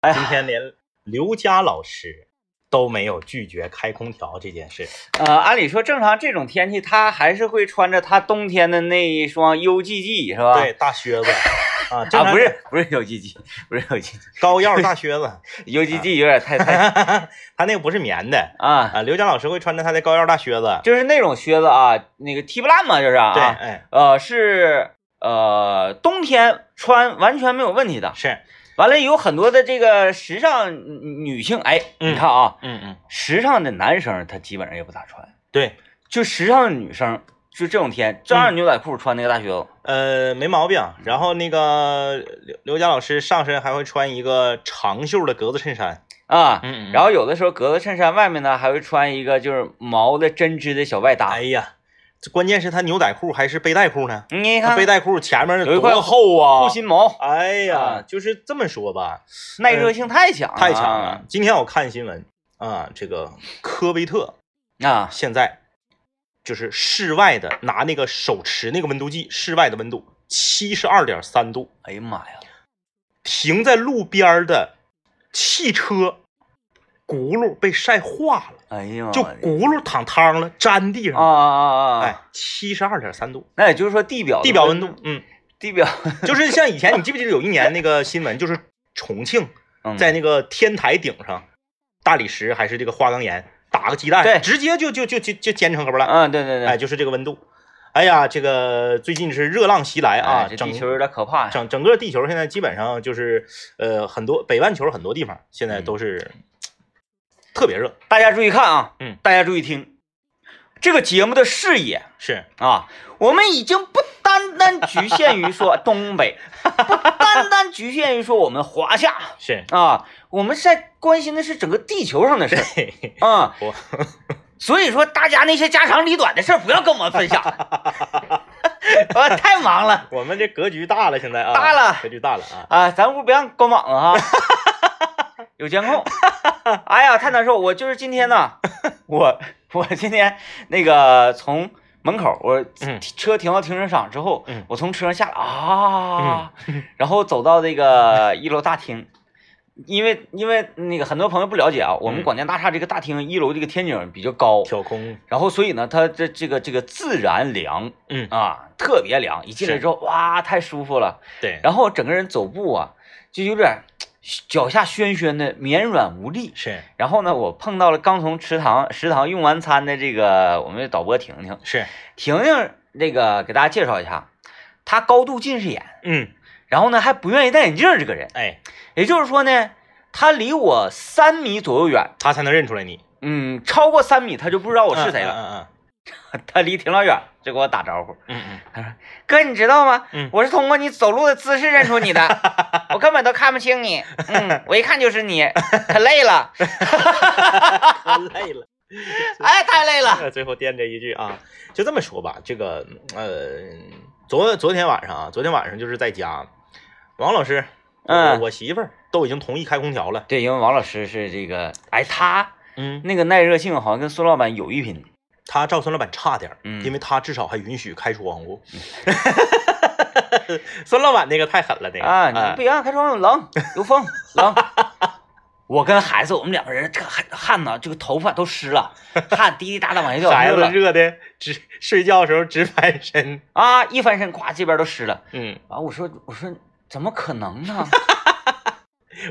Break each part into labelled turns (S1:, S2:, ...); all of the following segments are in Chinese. S1: 哎
S2: 今
S1: 呀
S2: 天连刘佳老师都没有拒绝开空调这件事。
S1: 呃，按理说正常这种天气，他还是会穿着他冬天的那一双 UGG 是吧？
S2: 对，大靴 子啊，正
S1: 啊，
S2: 常
S1: 不是不是 UGG，不是 UGG，UGG
S2: 高腰大靴 子，啊
S1: 有点太太
S2: 他那个不是棉的
S1: 啊，
S2: 啊。刘佳老师会穿着他的高腰大靴子，
S1: 就是那种靴子啊，那个踢不烂嘛，就是
S2: 对，
S1: 啊，
S2: 哎，
S1: 呃，是呃冬天穿完全没有问题的。
S2: 是，
S1: 完了，有很多的这个时尚女性，哎，你
S2: 嗯
S1: 看啊，
S2: 嗯嗯，
S1: 时尚的男生他基本上也不咋穿，
S2: 对，
S1: 就时尚的女生，就这种天照
S2: 嗯
S1: 样牛仔裤穿那个大靴子。
S2: 呃，没毛病。然后那个刘刘佳老师上身还会穿一个长袖的格子衬衫，
S1: 啊，
S2: 嗯嗯嗯
S1: 然后有的时候格子衬衫外面呢还会穿一个就是毛的针织的小外搭
S2: 哎，呀，这关键是他牛仔裤还是背带裤呢？
S1: 你
S2: 那
S1: 看
S2: 啊背带裤前面
S1: 有一块
S2: 多厚啊
S1: 护！心毛，
S2: 哎
S1: 啊
S2: 呀，就是这么说吧，
S1: 耐热性太强了，
S2: 嗯太强
S1: 啊
S2: 了。今天我看新闻啊，这个科威特
S1: 啊！
S2: 现在就是室外的拿那个手持那个温度计，室外的温度七十二点三度，
S1: 哎呀妈呀，
S2: 停在路边儿的汽车轱辘被晒化了，
S1: 哎呀妈呀，
S2: 就轱辘淌汤了，粘地
S1: 啊
S2: 上了。
S1: 啊啊啊！
S2: 哎，，七十二点三度，
S1: 那也就是说地表的
S2: 地表温度，，嗯，
S1: 地表
S2: 就是像以前，你记不记得有一年那个新闻，就是重庆
S1: 嗯
S2: 在那个天台顶上，大理石还是这个花岗岩打个鸡蛋，
S1: 对
S2: 直接就就就就就煎成荷包蛋，
S1: 啊，对对对，
S2: 哎，就是这个温度。哎呀，这个最近是热浪袭来啊，
S1: 哎这
S2: 整
S1: 地球有点可怕呀。
S2: 整整个地球现在基本上就是呃很多北半球很多地方现在
S1: 嗯
S2: 都是特别热，
S1: 大家注意看啊，
S2: 嗯，
S1: 大家注意听，这个节目的视野
S2: 是
S1: 啊，我们已经不单单局限于说东北，不单单局限于说我们华夏
S2: 是，
S1: 啊，我们在关心的是整个地球上的事儿
S2: 嘿嘿
S1: 啊。
S2: 我
S1: 所以说，大家那些家长里短的事儿不要跟我们分享，我太忙了
S2: 我们这格局大了，现在啊，
S1: 大了
S2: 格局大了啊，
S1: 啊！咱屋别让光膀子 哈，有监控。哎呀，太难受！我就是今天 呢，我我今天那个从门口我
S2: 嗯
S1: 车停到停车场之后，
S2: 嗯
S1: 我从车上下来啊， 然后走到那个一楼大厅，因为因为那个很多朋友不了解啊，我们
S2: 嗯
S1: 广电大厦这个大厅一楼这个天井比较高，
S2: 挑空，
S1: 然后所以呢，它这这个这个自然凉
S2: 嗯，
S1: 啊，特别凉，一进来
S2: 是
S1: 之后哇，太舒服了，
S2: 对，
S1: 然后整个人走步啊，就有点脚下暄暄的，绵软无力。
S2: 是
S1: 然后呢，我碰到了刚从食堂食堂用完餐的这个我们的导播婷婷，
S2: 是，
S1: 婷婷那个给大家介绍一下，她高度近视眼，
S2: 嗯，
S1: 然后呢还不愿意戴眼镜儿这个人，
S2: 哎，
S1: 也就是说呢，她离我三米左右远，
S2: 他才能认出来你，嗯
S1: 嗯，超过三米她就不知道我是谁了，
S2: 了，
S1: 她离挺老远就给我打招呼，
S2: 嗯嗯嗯
S1: 哥你知道吗？
S2: 嗯
S1: 我是通过你走路的姿势认出 你的，我根本都看不清你，嗯，我一看就是你，可累 了，
S2: 嗯，累了。
S1: 哎，太累 了，
S2: 呃最后垫这一句啊，就这么说吧，这个呃，昨昨天晚上啊，昨天晚上就是在家，王老师，
S1: 嗯
S2: 我我媳妇儿都已经同意开空调了，
S1: 对，因为王老师是这个，哎，他
S2: 嗯，
S1: 那个耐热性好像跟孙老板有一拼。
S2: 她照孙老板差点儿，
S1: 嗯
S2: 因为她至少还允许开窗 户，孙老板那个太狠了，那个
S1: 啊，你不一样，开窗有冷，有风，冷。我跟孩子，我们两个人这汗汗呐，这个头发都湿 了，汗滴滴答答往下掉，
S2: 孩
S1: 热
S2: 子
S1: 了
S2: 热的直睡觉的时候直翻身，
S1: 啊，一翻身，咵，这边都湿了。
S2: 嗯，
S1: 啊，我说我说怎么可能呢？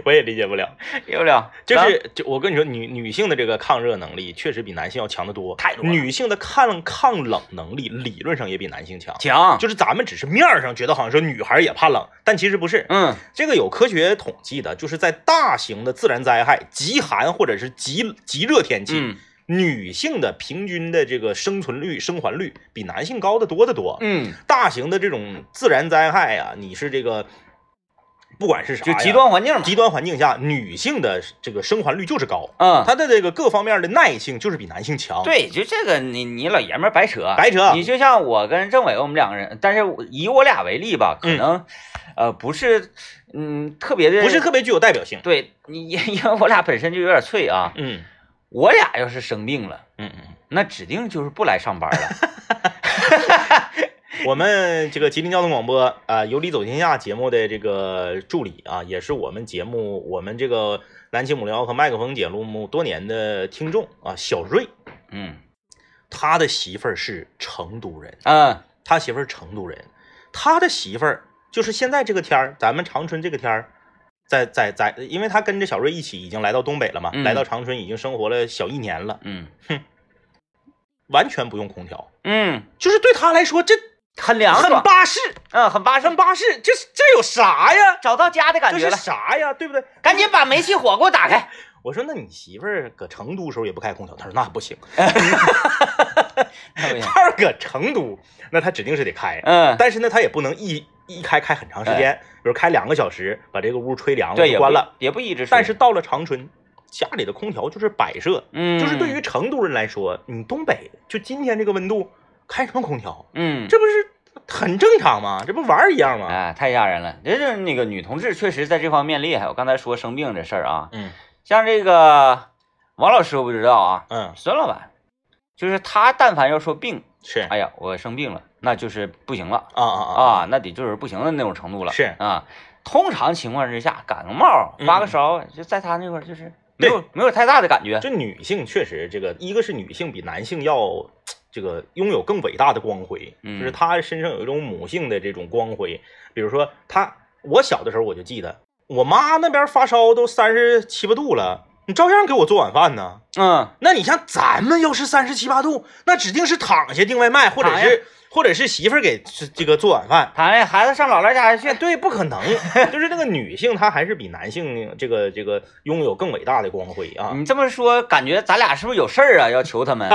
S2: 我也理解不了，
S1: 有不了，
S2: 就是就我跟你说，女女性的这个抗热能力确实比男性要强得多，
S1: 太多了
S2: 女性的抗抗冷能力理论上也比男性强。
S1: 讲，
S2: 就是咱们只是面儿上觉得好像说女孩也怕冷，但其实不是。
S1: 嗯
S2: 这个有科学统计的，就是在大型的自然灾害、极寒或者是极极热天气，
S1: 嗯
S2: 女性的平均的这个生存率、生还率比男性高得多得多。
S1: 嗯，
S2: 大型的这种自然灾害啊，你是这个，不管是啥
S1: 就
S2: 呀
S1: 极端环境嘛，
S2: 极端环境下，女性的这个生还率就是高，
S1: 嗯，
S2: 她的这个各方面的耐性就是比男性强。，
S1: 对，就这个你你老爷们儿白扯，
S2: 白扯
S1: 你就像我跟政委我们两个人，但是我以我俩为例吧，可
S2: 嗯
S1: 能、呃不是嗯特别的，
S2: 不是特别具有代表性。
S1: 对你， 因为我俩本身就有点脆啊，
S2: 嗯
S1: 我俩要是生病了，
S2: 嗯嗯，
S1: 那指定就是不来上班了。
S2: 我们这个吉林交通广播啊、呃有理走天下》节目的这个助理啊，也是我们节目我们这个蓝青母聊和麦克风节目多年的听众啊，小瑞，
S1: 嗯
S2: 他的媳妇儿是成都人，
S1: 嗯
S2: 他媳妇儿成都人，他的媳妇儿就是现在这个天儿，咱们长春这个天儿，在在在，因为他跟着小瑞一起已经来到东北了嘛，
S1: 嗯
S2: 来到长春已经生活了小一年了，
S1: 嗯
S2: 完全不用空调，
S1: 嗯，
S2: 就是对他来说这
S1: 很凉
S2: 很
S1: 爽，
S2: 巴适，
S1: 嗯，很巴适
S2: 很，巴适，这是这有啥呀？
S1: 找到家的感
S2: 这
S1: 觉
S2: 是
S1: 了。
S2: 啥呀？对不对？
S1: 赶紧把煤气火给我打开。
S2: 我说，那你媳妇儿搁成都时候也不开空调？他说那不行，
S1: 那不行
S2: 他要是搁成都，那他指定是得开。
S1: 嗯，
S2: 但是呢，他也不能一一开开很长时间，比如开两个小时，把这个屋吹凉了
S1: 对，也
S2: 就
S1: 不
S2: 关了。，
S1: 也不一直睡。
S2: 但是到了长春，家里的空调就是摆设，
S1: 嗯，
S2: 就是对于成都人来说，你东北就今天这个温度，开什么空调？
S1: 嗯，
S2: 这不是很正常吗？这不玩儿一样吗？
S1: 哎，太吓人了。这就是那个女同志确实在这方面厉害。我刚才说生病这事儿啊，
S2: 嗯
S1: 像这个王老师我不知道啊，
S2: 嗯，
S1: 孙老板，就是他但凡要说病，
S2: 是啊
S1: 哎呀，我生病了，那就是不行了
S2: 啊啊
S1: 啊，那得就是不行的那种程度了。
S2: 是
S1: 啊，通常情况之下，感个冒
S2: 嗯
S1: 发个烧，就在他那块儿就是没
S2: 对
S1: 有没有太大的感觉。
S2: 这女性确实这个，一个是女性比男性要这个拥有更伟大的光辉，
S1: 嗯
S2: 就是她身上有一种母性的这种光辉。比如说她，我小的时候我就记得，我妈那边发烧都三十七八度了，你照样给我做晚饭呢。
S1: 嗯，
S2: 那你像咱们要是三十七八度，那指定是躺下订外卖，或者
S1: 躺下
S2: 是或者是媳妇儿给这这个做晚饭。
S1: 他那孩子上姥姥家去
S2: 哎，，对，不可能，就是那个女性，她还是比男性这个这个拥有更伟大的光辉啊。
S1: 你这么说，感觉咱俩是不是有事儿啊？要求 他们？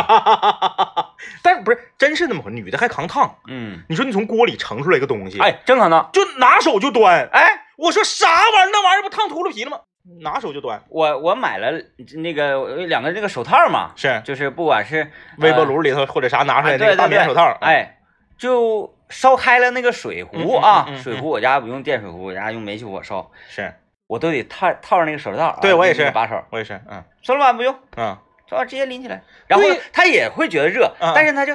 S2: 但是不是真是那么回事？女的还扛烫，
S1: 嗯，
S2: 你说你从锅里盛出来一个东西，，
S1: 哎，正常呢。
S2: 就拿手就端，哎，我说啥玩意儿？那玩意儿不烫秃噜皮了吗？拿手就端，
S1: 我我买了那个呃两个那个手套嘛，
S2: 是
S1: 就是不管是
S2: 微波炉里头或者啥拿出来
S1: 哎
S2: 那个大棉手套，
S1: 呃，哎，就烧开了那个水壶啊，
S2: 啊嗯嗯嗯嗯
S1: 水壶我家不用电水壶，我家用煤气火烧，
S2: 是
S1: 我都得套套上那个手套啊。
S2: 对我也是
S1: 拎着把手，
S2: 我也是，嗯
S1: 孙老板不用，
S2: 嗯
S1: 孙老板直接拎起来，然后他也会觉得热，
S2: 嗯嗯
S1: 但是他就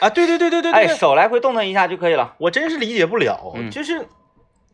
S2: 啊，对对对对对
S1: 哎
S2: 对，
S1: 手来回动弹一下就可以了。
S2: 我真是理解不了，
S1: 嗯
S2: 就是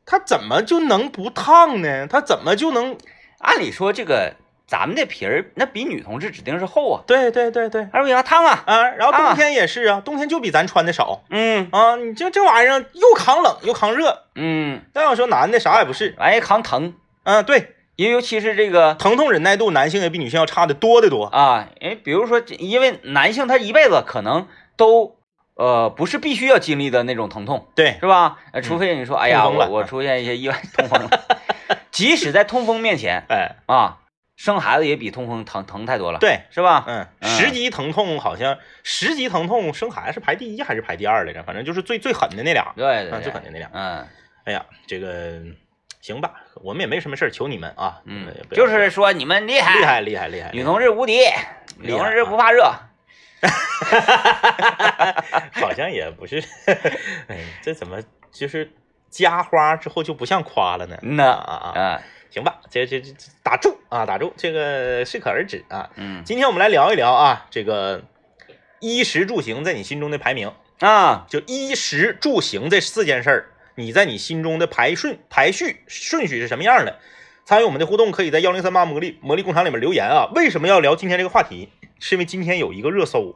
S2: 他怎么就能不烫呢？他怎么就能？
S1: 按理说这个咱们的皮儿那比女同志指定是厚啊，
S2: 对对对对，
S1: 二不行，烫啊，
S2: 啊，然后
S1: 啊
S2: 冬天也是啊，冬天就比咱穿的少
S1: 嗯
S2: 啊，你这这玩意儿又抗冷又抗热，
S1: 嗯，
S2: 但要说男的啥也不是，
S1: 完也扛疼，
S2: 嗯、对。
S1: 因为尤其是这个
S2: 疼痛忍耐度，男性也比女性要差的多得多。
S1: 啊，哎，比如说这，因为男性他一辈子可能都呃不是必须要经历的那种疼痛，
S2: 对，
S1: 是吧？呃除非你说，哎呀，
S2: 嗯痛风
S1: 我
S2: 了
S1: 我出现一些意外痛风了， 即使在痛风面前
S2: 哎，
S1: 啊，生孩子也比痛风疼疼太多了，，
S2: 对，
S1: 是吧？
S2: 嗯，
S1: 嗯
S2: 十级疼痛好像十级疼痛生孩子是排第一还是排第二来着？反正就是最最狠的那俩。
S1: 对
S2: 嗯，
S1: 对
S2: 最
S1: 对
S2: 狠，的那俩。
S1: 嗯
S2: 哎呀，这个行吧，我们也没什么事儿，求你们啊。
S1: 嗯
S2: 呃，不要
S1: 就是说你们厉害，
S2: 厉害厉害厉害，
S1: 女同志无敌，
S2: 厉
S1: 女
S2: 害啊
S1: 同志不怕热，
S2: 好像也不是， 哎，这怎么就是加花之后就不像夸了呢？
S1: 嗯
S2: 啊
S1: 呐，
S2: 啊啊！
S1: 啊，
S2: 行吧，这这这这打住啊，打住，这个适可而止啊。
S1: 嗯
S2: 今天我们来聊一聊啊，这个衣食住行在你心中的排名，
S1: 啊，
S2: 就衣食住行这四件事儿，你在你心中的排顺排序顺序是什么样的？参与我们的互动，可以在幺零三八魔力魔力工厂里面留言啊。为什么要聊今天这个话题？是因为今天有一个热搜，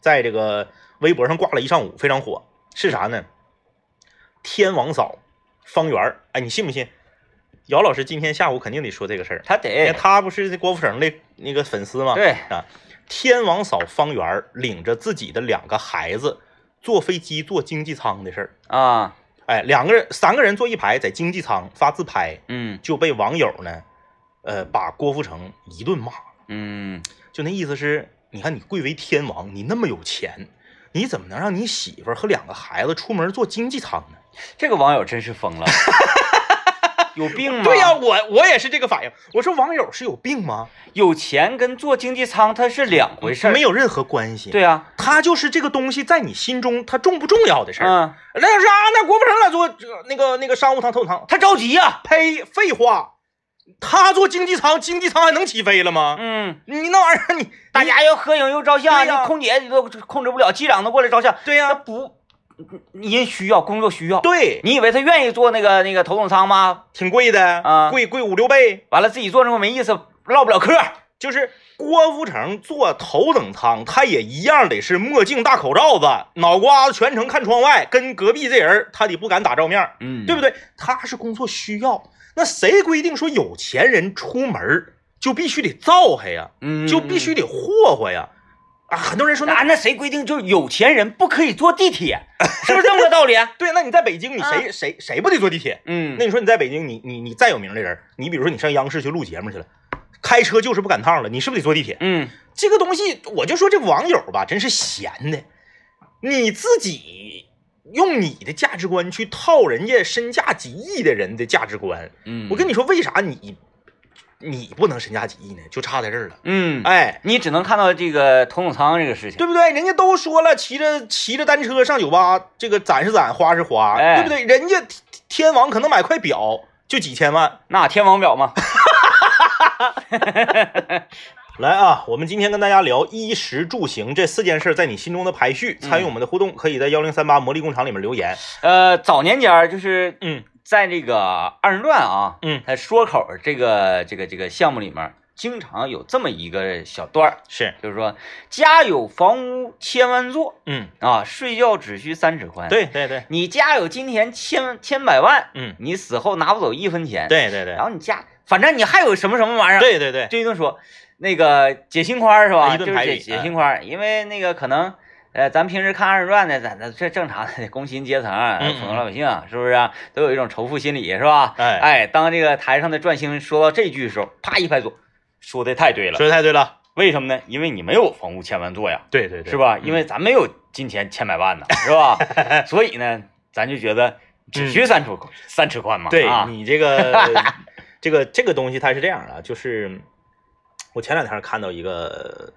S2: 在这个微博上挂了一上午，非常火，是啥呢？天王嫂方圆儿，哎，你信不信？姚老师今天下午肯定得说这个事儿，
S1: 他
S2: 因为
S1: 得
S2: 他不是郭富城的那个粉丝吗？
S1: 对，
S2: 啊，天王嫂方圆儿领着自己的两个孩子坐飞机坐经济舱的事儿，
S1: 啊，
S2: 哎，两个人三个人坐一排在经济舱发自拍，
S1: 嗯
S2: 就被网友呢，呃，把郭富城一顿骂，
S1: 嗯
S2: 就那意思是，你看你贵为天王，你那么有钱，你怎么能让你媳妇儿和两个孩子出门坐经济舱呢？
S1: 这个网友真是 疯了，有病吗？
S2: 对呀、我我也是这个反应，我说网友是有病吗？
S1: 有钱跟坐经济舱它是两回事儿。
S2: 没有任何关系，，
S1: 对啊，
S2: 他就是这个东西在你心中它重不重要的事儿。
S1: 嗯，
S2: 那要是啊，那郭富城俩坐这那个那个商务舱、头等舱，
S1: 他着急呀、
S2: 呸，废话，他坐经济舱，经济舱还能起飞了吗？
S1: 嗯，
S2: 你那玩意儿， 你
S1: 大家又合影又照相，
S2: 对呀
S1: 那空姐你都控制不了，机长都过来照相，
S2: 对呀、
S1: 不因需要，工作需要。
S2: 对，
S1: 你以为他愿意坐那个那个头等舱吗？
S2: 挺贵的，
S1: 啊
S2: 贵贵五六倍。
S1: 完了自己坐那么没意思，唠不了嗑。
S2: 就是郭富城坐头等舱，他也一样得是墨镜、大口罩子，脑瓜子全程看窗外，跟隔壁这人儿他得不敢打照面儿，
S1: 嗯
S2: 对
S1: 对
S2: 不
S1: 不对？
S2: 对？他是工作需要，那谁规定说有钱人出门儿就必须得造黑呀，
S1: 嗯
S2: 就必须得霍霍呀？啊，很多人说那
S1: 啊，那谁规定就是有钱人不可以坐地铁？ 是不是这么个道理？啊
S2: 对，那你在北京，你谁、谁谁不得坐地铁？
S1: 嗯
S2: 那你说你在北京，你你你再有名的人儿，你比如说你上央视去录节目去了，开车就是不赶趟了，你是不是得坐地铁？
S1: 嗯
S2: 这个东西，我就说这网友吧，真是闲的。你自己用你的价值观去套人家身价几亿的人的价值观，
S1: 嗯
S2: 我跟
S1: 你
S2: 你说，为啥你你不能身价几亿呢？就差在这儿了。
S1: 嗯，
S2: 哎，
S1: 你只能看到这个头等舱这个事情。
S2: 对不对？人家都说了，骑着骑着单车上酒吧，这个攒是攒，花是花，
S1: 哎
S2: 对不对？人家天天王可能买块表就几千万。
S1: 那天王表 嘛，
S2: 来啊，我们今天跟大家聊衣食住行这四件事在你心中的排序。参与我们的互动，可以在幺零三八魔力工厂里面留言。
S1: 呃，早年间儿就是
S2: 嗯
S1: 在这个二人转啊，
S2: 嗯，
S1: 它说口儿这个这个这个项目里面儿，经常有这么一个小段儿，
S2: 是，
S1: 就是说家有房屋千万座
S2: 嗯，
S1: 啊，睡觉只需三尺宽。，
S2: 对对对，
S1: 你家有金钱千千百万，
S2: 嗯，
S1: 你死后拿不走一分钱。，
S2: 对对对
S1: 然，后你家反正你还有什么什么玩意儿，
S2: 对对对，
S1: 就一顿说，那个解心宽儿是吧？
S2: 一顿
S1: 就是
S2: 排
S1: 解
S2: 比
S1: 解
S2: 嗯
S1: 心宽儿，因为那个可能，呃，咱平时看二人转呢，咱咱这正常的工薪阶层啊、
S2: 嗯嗯
S1: 普通老百姓啊是不是啊、都有一种仇富心理是吧？
S2: 哎
S1: 哎，当这个台上的转星说到这句的时候，啪一拍桌，说的太对了。
S2: 说的太对了，
S1: 为什么呢？因为你没有房屋千万座呀，
S2: 对对对，嗯
S1: 是？吧？因为咱没有金钱千百万呢，是吧？ 所以呢，咱就觉得只需三尺宽三尺宽嘛。
S2: 嗯对
S1: 啊，
S2: 你这 个这个这个东西，它是这样的，就是我前两天看到一个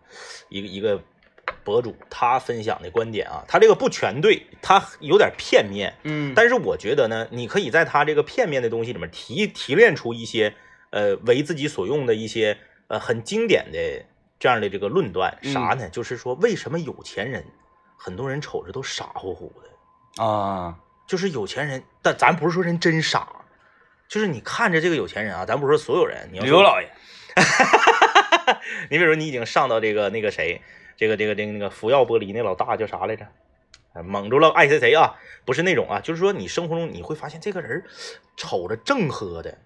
S2: 一个一个博主，他分享的观点啊，他这个不全对，他有点片面，
S1: 嗯，
S2: 但是我觉得呢，你可以在他这个片面的东西里面提提炼出一些呃为自己所用的一些呃很经典的这样的这个论断，
S1: 嗯
S2: 啥呢？就是说为什么有钱人很多人瞅着都傻乎乎的，
S1: 啊，
S2: 就是有钱人，但咱不是说人真傻，就是你看着这个有钱人啊，咱不是说所有人，你要说
S1: 刘老爷，
S2: 你比如说你已经上到这个那个谁，这个这个这个那个福耀玻璃那老大叫啥来着？呃蒙住了爱谁谁啊？不是那种啊，就是说你生活中你会发现这个人儿瞅着正喝的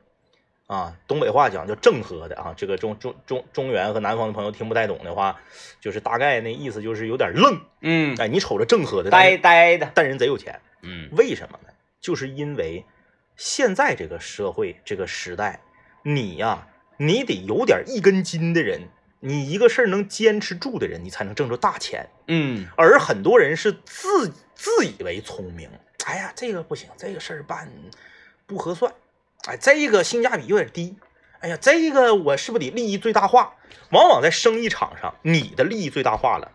S2: 啊，东北话讲叫正喝的啊，这个中中中中原和南方的朋友听不太懂的话，就是大概那意思就是有点愣。
S1: 嗯，
S2: 哎，你瞅着正喝的，但
S1: 呆
S2: 是
S1: 呆的，
S2: 但人贼有钱，
S1: 嗯。
S2: 为什么呢？就是因为现在这个社会这个时代，你呀、你得有点一根筋的人，你一个事儿能坚持住的人，你才能挣着大钱。
S1: 嗯
S2: 而很多人是自自以为聪明，哎呀，这个不行，这个事儿办不合算，哎，这个性价比有点低，哎呀，这个我是不是得利益最大化？往往在生意场上，你的利益最大化了，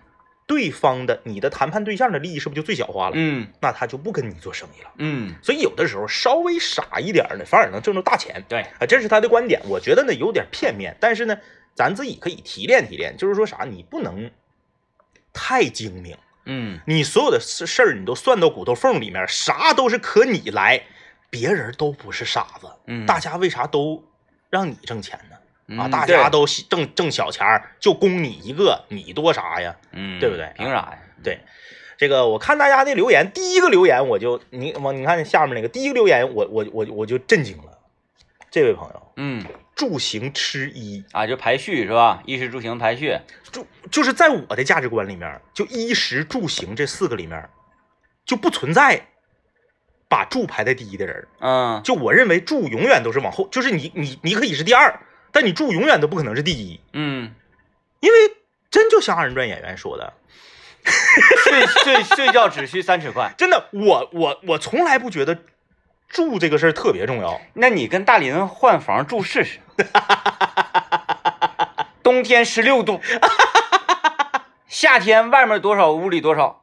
S2: 对方的你的谈判对象的利益是不是就最小化了？
S1: 嗯
S2: 那他就不跟你做生意了。
S1: 嗯，
S2: 所以有的时候稍微傻一点儿呢，反而能挣着大钱
S1: 对，
S2: 啊，这是他的观点。我觉得呢有点片面，但是呢，咱自己可以提炼提炼，就是说啥，你不能太精明，
S1: 嗯
S2: 你所有的事事儿你都算到骨头缝里面，啥都是可你来，别人都不是傻子，
S1: 嗯，
S2: 大家为啥都让你挣钱呢？啊，
S1: 嗯
S2: 大家
S1: 对
S2: 都喜挣挣小钱儿，就供你一个，你多啥呀？
S1: 嗯，
S2: 对不对
S1: 凭啥呀？
S2: 对，这个我看大家的留言，第一个留言我就你往你看下面那个第一个留言我，我我我就震惊了。这位朋友，
S1: 嗯
S2: 住行吃衣
S1: 啊，就排序是吧？衣食住行排序。
S2: 住，就是在我的价值观里面，就衣食住行这四个里面，就不存在把住排在第一的人儿。
S1: 嗯
S2: 就我认为住永远都是往后，就是你你你可以是第二，但你住永远都不可能是第一，
S1: 嗯，
S2: 因为真就像二人转演员说的，
S1: 睡睡睡觉只需三尺宽。
S2: 真的，我我我从来不觉得住这个事儿特别重要。
S1: 那你跟大林换房住试试，冬天十六度，夏天外面多少，屋里多少。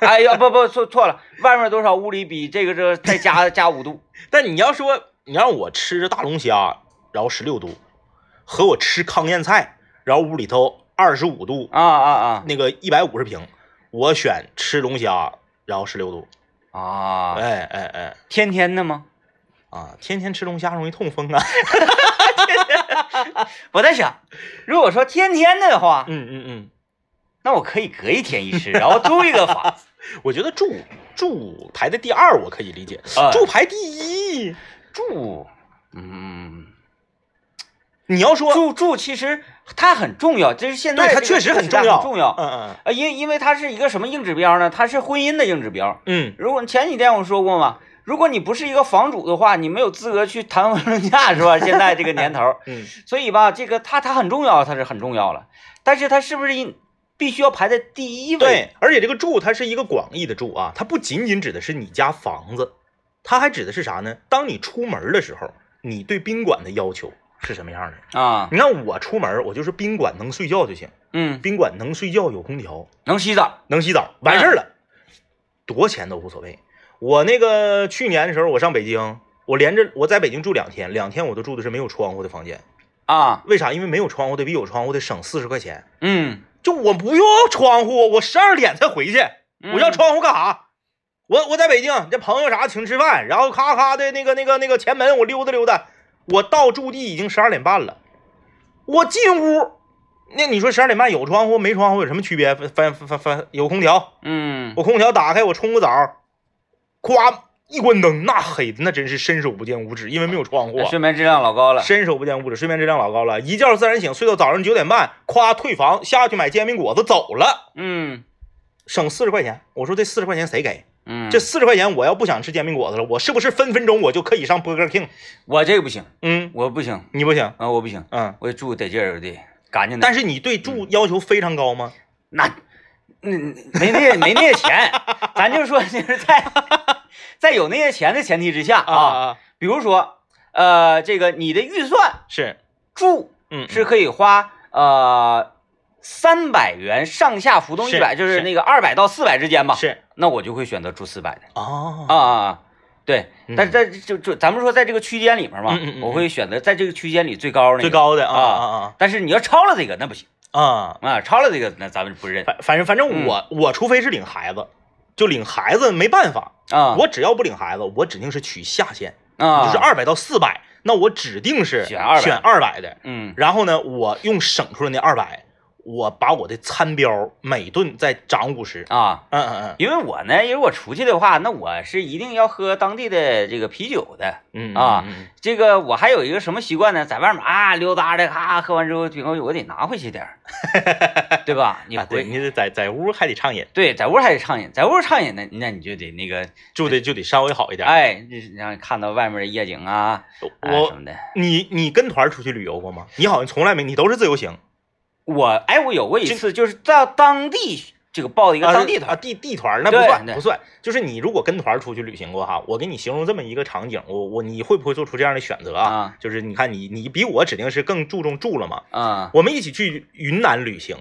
S1: 哎呀，不不错错了，外面多少，屋里比这个这再加加五度。
S2: 但你要说你让我吃着大龙虾，然后十六度，和我吃糠咽菜，然后屋里头二十五度，
S1: 啊啊啊！
S2: 那个一百五十平，我选吃龙虾，然后十六度。
S1: 啊，
S2: 哎哎哎，
S1: 天天的吗？
S2: 啊，天天吃龙虾容易痛风啊。
S1: 我在想，如果说天天的话，
S2: 嗯嗯嗯。
S1: 那我可以隔一天一吃，然后租一个 房。
S2: 我觉得住住排在第二，我可以理解。
S1: 啊
S2: 住排第一，
S1: 住，嗯，
S2: 你要说
S1: 住住其实它很重要，就是现在
S2: 对它
S1: 这个
S2: 确实很
S1: 时代
S2: 重要，
S1: 重要。
S2: 嗯
S1: 啊，因因为它是一个什么硬指标呢？它是婚姻的硬指标。
S2: 嗯
S1: 如果前几天我说过嘛，如果你不是一个房主的话，你没有资格去谈婚论嫁，是吧？现在这个年头儿，
S2: 嗯嗯，
S1: 所以吧，这个它它很重要，它是很重要了。但是它是不是一必须要排在第一位？
S2: 对，而且这个住它是一个广义的住啊，它不仅仅指的是你家房子，它还指的是啥呢？当你出门的时候，你对宾馆的要求是什么样的？
S1: 啊，
S2: 你看我出门，我就是宾馆能睡觉就行，
S1: 嗯，
S2: 宾馆能睡觉有空调，
S1: 能洗澡，
S2: 能洗澡，完事儿了，多钱都无所谓。我那个去年的时候，我上北京，我连着我在北京住两天，两天我都住的是没有窗户的房间。
S1: 啊，
S2: 为啥？因为没有窗户的比有窗户的省四十块钱。
S1: 嗯，
S2: 就我不用窗户，我十二点才回去，
S1: 嗯
S2: 我要窗户干啥？我我在北京，这朋友啥请吃饭，然后咔咔的那个那个那个前门我溜达溜达，我到驻地已经十二点半了，我进屋，那你说十二点半有窗户没窗户有什么区别？翻翻翻翻有空调，
S1: 嗯，
S2: 我空调打开，我冲个澡，咵一关灯，那黑的那真是伸手不见五指，因为没有窗户啊。
S1: 睡哎眠质量老高了。
S2: 伸手不见五指，睡眠质量老高了，一觉自然醒，睡到早上九点半，夸退房下去买煎饼果子走了，
S1: 嗯
S2: 省四十块钱。我说这四十块钱谁给？
S1: 嗯，
S2: 这四十块钱我要不想吃煎饼果子了，我是不是分分钟我就可以上 Burger King？
S1: 我这个不行，
S2: 嗯，
S1: 我不行
S2: 你不行，
S1: 啊，我不行，
S2: 嗯，
S1: 我住得劲儿的，干净的。
S2: 但
S1: 是
S2: 是你对住
S1: 嗯
S2: 要求非常高吗？
S1: 那那没那没那些钱，咱就说就 是在在有那些钱的前提之下啊，
S2: 啊，
S1: 比如说呃，这个你的预算
S2: 是，
S1: 住
S2: 嗯，
S1: 是可以花呃三百元上下浮动一
S2: 是
S1: 百，就是
S2: 是
S1: 那个二百到四百之间吧。
S2: 是
S1: 那我就会选择住四百的
S2: 啊
S1: 啊啊啊。对，
S2: 嗯
S1: 但是在就就咱们说在这个区间里面嘛，
S2: 嗯嗯嗯嗯
S1: 我会选择在这个区间里最高那个。
S2: 最高的
S1: 啊
S2: 啊
S1: 但是你要超了这个，那不行
S2: 啊啊，
S1: 啊！超了这个，那咱们不认
S2: 反反正反正
S1: 嗯
S2: 我我除非是领孩子，就领孩子没办法，
S1: 啊。
S2: 我只要不领孩子，我指定是取下限。
S1: 啊，
S2: 就是二百到四百，那我指定是
S1: 选200
S2: 选二百的。
S1: 嗯
S2: 然后呢，我用省出来那二百，我把我的餐标每顿再涨五十。
S1: 啊，
S2: 嗯嗯
S1: 因为我呢，如果出去的话，那我是一定要喝当地的这个啤酒的。
S2: 嗯嗯
S1: 啊
S2: 嗯嗯
S1: 这个我还有一个什么习惯呢？在外面啊溜达的，咔、喝完之后瓶口酒我得拿回去点儿，对吧？你
S2: 啊，对，
S1: 回
S2: 你得在在屋还得畅饮，
S1: 对在屋还得畅饮，在屋畅饮呢，那你就得那个
S2: 住的就得稍微好一点。
S1: 哎，让你看到外面的夜景啊，哎什
S2: 我
S1: 么的。
S2: 你你跟团出去旅游过吗？你好像从来没，你都是自由行，
S1: 我哎，我有过一
S2: 这
S1: 次，就是到当地这个报一个
S2: 啊
S1: 当地团
S2: 啊，地地团那不
S1: 对
S2: 算
S1: 对
S2: 不算。就是你如果跟团出去旅行过哈，我给你形容这么一个场景，我我你会不会做出这样的选择
S1: 啊
S2: 就是你看你你比我指定是更注重住了嘛，
S1: 啊，
S2: 我们一起去云南旅行，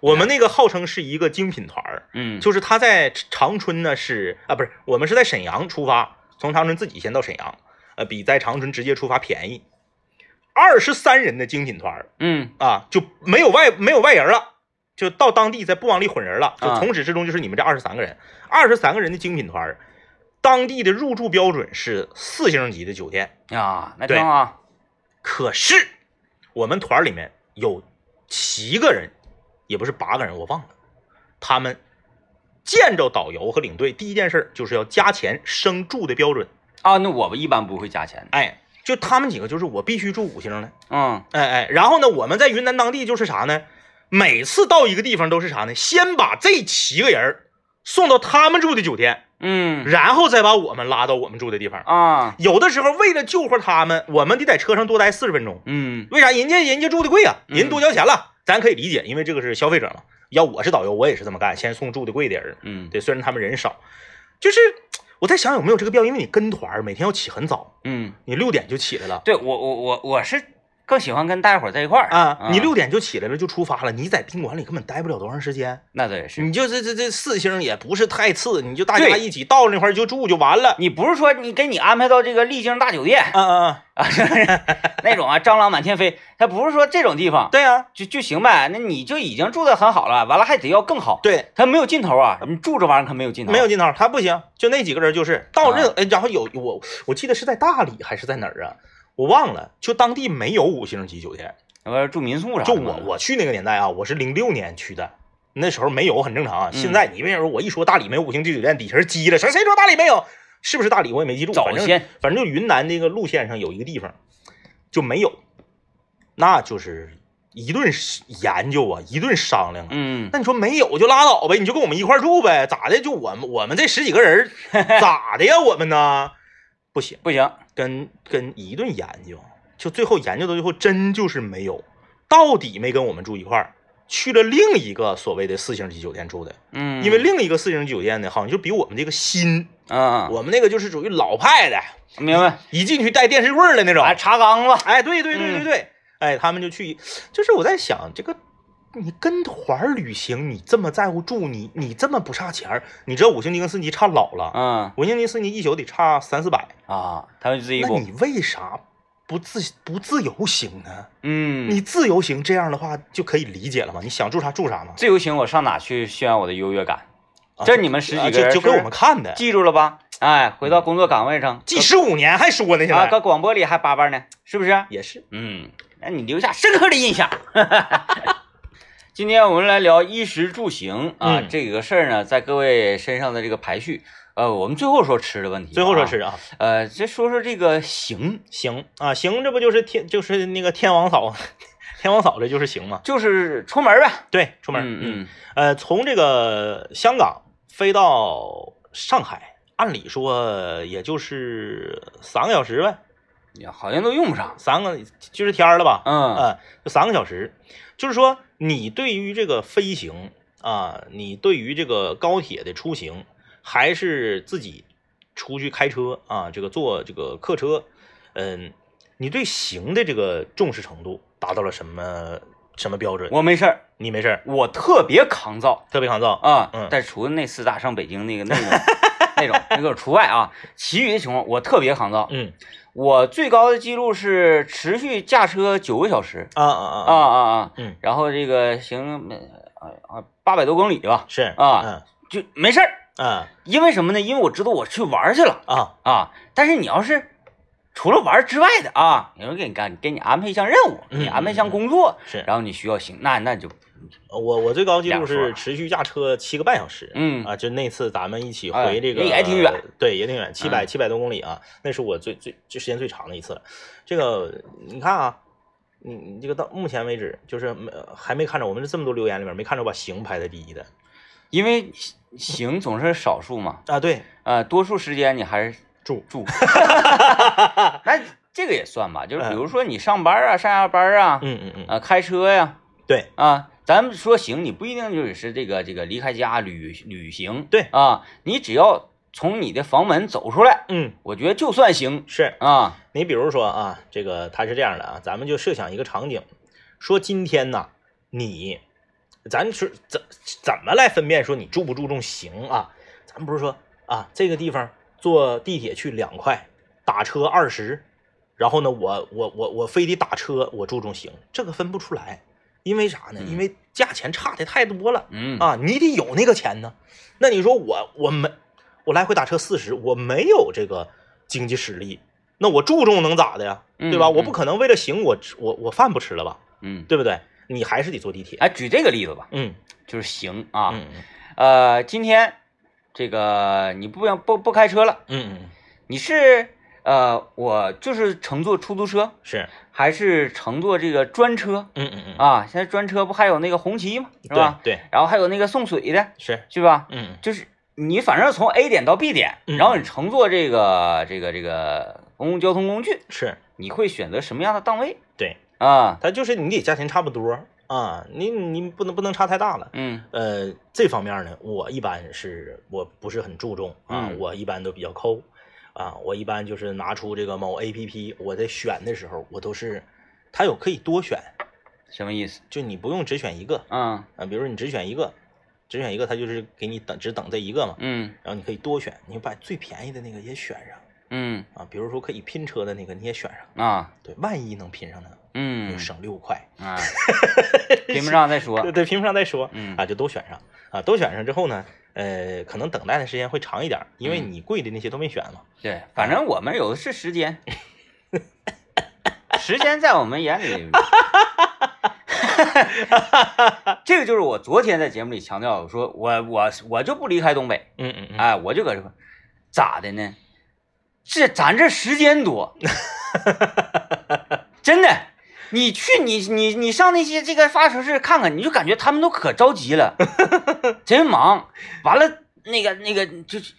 S2: 我们那个号称是一个精品团儿，
S1: 嗯，
S2: 就是他在长春呢是啊不是，我们是在沈阳出发，从长春自己先到沈阳，呃比在长春直接出发便宜。二十三人的精品团儿
S1: 嗯
S2: 啊，就没有外没有外人了，就到当地再不往里混人了，就
S1: 啊
S2: 从始至终就是你们这二十三个人，二十三个人的精品团儿，当地的入住标准是四星级的酒店，
S1: 啊，那
S2: 对
S1: 挺好啊。
S2: 可是我们团儿里面有七个人，也不是八个人，我忘了。他们见着导游和领队，第一件事儿就是要加钱升住的标准。
S1: 啊，那我们一般不会加钱的。
S2: 哎，就他们几个，就是我必须住五星的。
S1: 嗯
S2: 哎哎，然后呢，我们在云南当地就是啥呢？每次到一个地方都是啥呢？先把这七个人儿送到他们住的酒店，
S1: 嗯
S2: 然后再把我们拉到我们住的地方。
S1: 啊
S2: 有的时候为了救活他们，我们得在车上多待四十分钟。
S1: 嗯
S2: 为啥人家人家住的贵啊？
S1: 嗯
S2: 人多交钱了，咱可以理解，因为这个是消费者嘛。要我是导游，我也是这么干，先送住的贵的人。
S1: 嗯
S2: 对，虽然他们人少，就是我在想有没有这个必要，因为你跟团儿每天要起很早，
S1: 嗯，
S2: 你六点就起来了。
S1: 对我我我我是更喜欢跟大家伙儿在一块儿
S2: 啊，你
S1: 嗯
S2: 六点就起来了就出发了，你在宾馆里根本待不了多长时间，
S1: 那倒也是。
S2: 你就这这这四星也不是太次，你就大家
S1: 对
S2: 一起到那块儿就住就完了。
S1: 你不是说你给你安排到这个丽晶大酒店
S2: 嗯嗯嗯，
S1: 啊，是不是那种啊蟑螂满天飞，它不是说这种地方
S2: 对啊呀、
S1: 就就行呗？那你就已经住的很好了，完了还得要更好，
S2: 对，
S1: 它没有尽头啊！你住这玩意儿可没有尽头，啊
S2: 没有劲头，他不行，就那几个人就是到任，哎，然后有我我记得是在大理还是在哪儿啊？我忘了，就当地没有五星级酒店，
S1: 我说住民宿啥的
S2: 就
S1: 嘛
S2: 我我去那个年代啊，我是零六年去的，那时候没有很正常啊。
S1: 嗯
S2: 现在你为什么我一说大理没有五星级酒店，底下人急了，谁谁说大理没有？是不是大理我也没记住，
S1: 早
S2: 反正
S1: 先
S2: 反正就云南那个路线上有一个地方就没有，那就是一顿研究啊，一顿商量啊。
S1: 嗯，
S2: 那你说没有就拉倒呗，你就跟我们一块儿住呗，咋的？就我们我们这十几个人儿咋的呀？我们呢？不行，
S1: 不行，
S2: 跟跟一顿研究，就最后研究到最后，真就是没有，到底没跟我们住一块儿，去了另一个所谓的四星级酒店住的，
S1: 嗯，
S2: 因为另一个四星级酒店呢，好像就比我们这个新，
S1: 嗯，
S2: 我们那个就是属于老派的，
S1: 明白，
S2: 一进去带电视柜儿的那种
S1: 哎，。茶缸子，
S2: 哎，对对对对
S1: 嗯
S2: 对，哎，他们就去，就是我在想这个。你跟团儿旅行，你这么在乎住，你你这么不差钱儿，你知道五星级跟四星级差老了，
S1: 嗯
S2: 五星级四星级一宿得差三四百，
S1: 啊，他们就自己
S2: 那
S1: 过，
S2: 你为啥不自不自由行呢？
S1: 嗯，
S2: 你自由行这样的话就可以理解了嘛，你想住啥住啥嘛，
S1: 自由行我上哪去炫耀我的优越感？
S2: 啊
S1: 这你们十
S2: 啊
S1: 几个
S2: 就
S1: 人
S2: 就给我们看的，
S1: 记住了吧？哎，回到工作岗位上，
S2: 记十五年还说呢，现
S1: 啊，
S2: 在
S1: 搁广播里还叭叭呢，是不是？
S2: 也是，
S1: 嗯，那你留下深刻的印象。 今天我们来聊衣食住行啊，
S2: 嗯
S1: 这个事儿呢，在各位身上的这个排序，呃，我们最后说吃的问题，
S2: 最后说，是啊，
S1: 呃，先说说这个行，
S2: 行啊行，这不就是天就是那个天王嫂， 天王嫂这就是行嘛，
S1: 就是出门呗，
S2: 对，出门，
S1: 嗯嗯，
S2: 呃，从这个香港飞到上海，按理说也就是三个小时呗，
S1: 也好像都用不上，
S2: 三个就是天儿了吧？
S1: 嗯
S2: 呃，就三个小时，就是说你对于这个飞行啊，你对于这个高铁的出行，还是自己出去开车啊，这个坐这个客车，嗯，你对行的这个重视程度达到了什么什么标准？
S1: 我没事儿，
S2: 你没事儿，
S1: 我特别抗造
S2: 特别抗造。
S1: 啊，
S2: 嗯
S1: 但除了那四大上北京那个那种那种那个除外啊，其余的情况我特别抗造，
S2: 嗯
S1: 我最高的记录是持续驾车九个小时
S2: 啊啊啊
S1: 啊啊啊，
S2: 嗯，
S1: 然后这个行呃啊八百多公里吧，
S2: 是
S1: 啊，就没事儿，
S2: 嗯啊
S1: 因为什么呢？因为我知道我去玩儿去了
S2: 啊，
S1: 啊。但是你要是除了玩儿之外的啊，有人给你干，给你安排一项任务，给你安
S2: 嗯
S1: 排一项工作，
S2: 是
S1: 然后你需要行，那那就
S2: 我我最高记录
S1: 两说
S2: 是
S1: 啊
S2: 持续驾车七个半小时，
S1: 嗯
S2: 啊，就那次咱们一起
S1: 哎
S2: 回这个
S1: 也也挺远，嗯
S2: 对，也挺远，七百七百多公里啊，那是我最最这时间最长的一次了。这个你看啊，你你这个到目前为止就是没还没看着，我们这这么多留言里面没看着把行排在第一的
S1: 因为行总是少数嘛，
S2: 啊，对，
S1: 呃，多数时间你还是
S2: 住
S1: 住，那这个也算吧，就是比如说你上班啊、上下班啊，
S2: 嗯嗯嗯，
S1: 啊，开车呀，
S2: 对
S1: 啊，咱们说行，你不一定就只是这个这个离开家旅旅行，
S2: 对
S1: 啊，你只要从你的房门走出来，
S2: 嗯
S1: 我觉得就算行
S2: 是
S1: 啊，
S2: 你比如说啊，这个它是这样的啊，咱们就设想一个场景，说今天呐，你，咱是怎怎么来分辨说你注不注重行啊？咱不是说啊，这个地方坐地铁去两块，打车二十，然后呢，我我我我非得打车，我注重行，这个分不出来，因为啥呢？
S1: 嗯
S2: 因为价钱差的太多了。
S1: 嗯，
S2: 啊，你得有那个钱呢。那你说我我没我来回打车四十，我没有这个经济实力，那我注重能咋的呀？对吧？
S1: 嗯嗯
S2: 我不可能为了行我吃我我饭不吃了吧？
S1: 嗯，
S2: 对不对？你还是得坐地铁。
S1: 哎，举这个例子吧，
S2: 嗯
S1: 就是行啊，
S2: 嗯嗯
S1: 呃，今天这个你不要不不开车了，
S2: 嗯嗯，
S1: 你是呃，我就是乘坐出租车，
S2: 是，
S1: 还是乘坐这个专车
S2: 嗯嗯嗯，
S1: 啊？现在专车不还有那个红旗吗？是吧？
S2: 对对
S1: 然后还有那个送水的，
S2: 是，
S1: 是吧？
S2: 嗯
S1: 就是你反正从 A 点到 B 点，
S2: 嗯
S1: 然后你乘坐这个这个这个公共交通工具，
S2: 是
S1: 你会选择什么样的档位
S2: 对，
S1: 啊？
S2: 它就是你得价钱差不多啊，你你不能不能差太大了。
S1: 嗯
S2: 呃，这方面呢，我一般是我不是很注重啊，
S1: 嗯
S2: 我一般都比较抠啊，我一般就是拿出这个某 A P P，我在选的时候，我都是它有可以多选，
S1: 什么意思？
S2: 就你不用只选一个
S1: 嗯
S2: 啊。比如说你只选一个，只选一个，它就是给你等只等这一个嘛。
S1: 嗯
S2: 然后你可以多选，你把最便宜的那个也选上
S1: 嗯
S2: 啊。比如说可以拼车的那个你也选上，
S1: 啊
S2: 对，万一能拼上呢，
S1: 嗯
S2: 就省六块。
S1: 啊，屏幕上再说。
S2: 对对，屏幕上再说
S1: 嗯
S2: 啊，就都选上啊，都选上之后呢，呃，可能等待的时间会长一点，因为
S1: 嗯
S2: 你贵的那些都没选嘛。
S1: 对，反正我们有的是时间，时间在我们眼里，这个就是我昨天在节目里强调，我说我我我就不离开东北，
S2: 嗯嗯嗯，
S1: 哎，我就搁这块，咋的呢？这咱这时间多，真的。你去你你你上那些这个发城市看看，你就感觉他们都可着急了，真忙。完了，那个那个就是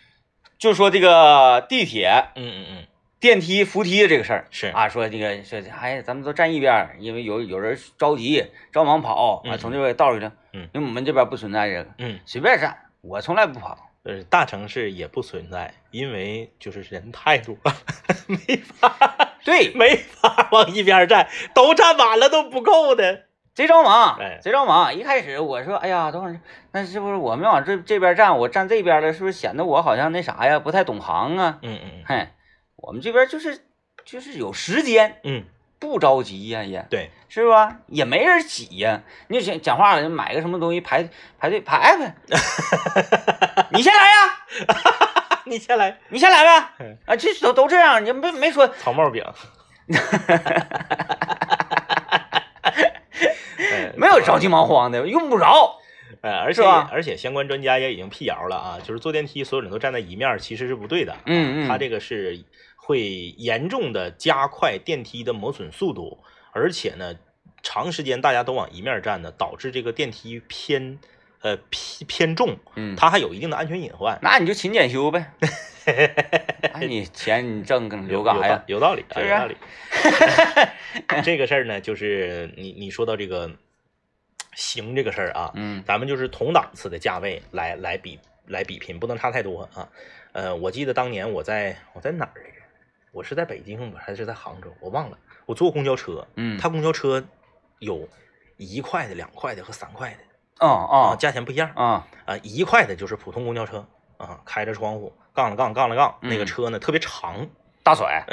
S1: 就说这个地铁、
S2: 嗯嗯嗯，
S1: 电梯、扶梯的这个事儿
S2: 是
S1: 啊，说这个说哎，咱们都站一边儿，因为有有人着急着忙跑啊，
S2: 嗯
S1: 从这边道儿去了。
S2: 嗯
S1: 因为我们这边不存在这个，
S2: 嗯，
S1: 随便站，我从来不跑。
S2: 呃，大城市也不存在，因为就是人太多了， 没法
S1: 对，
S2: 没法往一边站，都站满了都不够的。
S1: 贼着忙
S2: 哎，
S1: 贼着忙。一开始我说，哎呀，等会儿，那是不是我们往这这边站，我站这边了，是不是显得我好像那啥呀，不太懂行啊？
S2: 嗯嗯
S1: 嘿，我们这边就是就是有时间，
S2: 嗯，
S1: 不着急呀、也
S2: 对，
S1: 是吧？也没人挤呀、你就想讲话了，买个什么东西排排队排呗，你先来呀、
S2: 啊你先来
S1: 你先来呗
S2: 嗯。
S1: 啊，这都都这样，你没没说
S2: 草帽 饼。哎
S1: 没有着急忙慌的，用不着。
S2: 哎，而
S1: 是
S2: 且
S1: 吧
S2: 而且相关专家也已经辟谣了啊，就是坐电梯所有人都站在一面儿其实是不对的，
S1: 嗯嗯，
S2: 它这个是会严重的加快电梯的磨损速度，而且呢，长时间大家都往一面儿站呢，导致这个电梯偏呃偏偏重，
S1: 嗯，
S2: 它还有一定的安全隐患。
S1: 那你就勤俭 修呗。那你钱你挣更留干啥呀？
S2: 有道有道理，啊
S1: 是不是
S2: 有 道理。这个事儿呢，就是你你说到这个行这个事儿啊，
S1: 嗯
S2: 咱们就是同档次的价位来来比来比拼，不能差太多啊。呃，我记得当年我在我在哪儿来着？我是在北京吧，还是在杭州？我忘了。我坐公交车，
S1: 嗯，
S2: 它公交车有一块的、两块的和三块的
S1: 哦
S2: 啊，
S1: 哦
S2: 价钱不一样
S1: 哦，
S2: 啊。一块的就是普通公交车啊，开着窗户，杠了杠，杠了杠，那个
S1: 嗯
S2: 车呢特别长，
S1: 大甩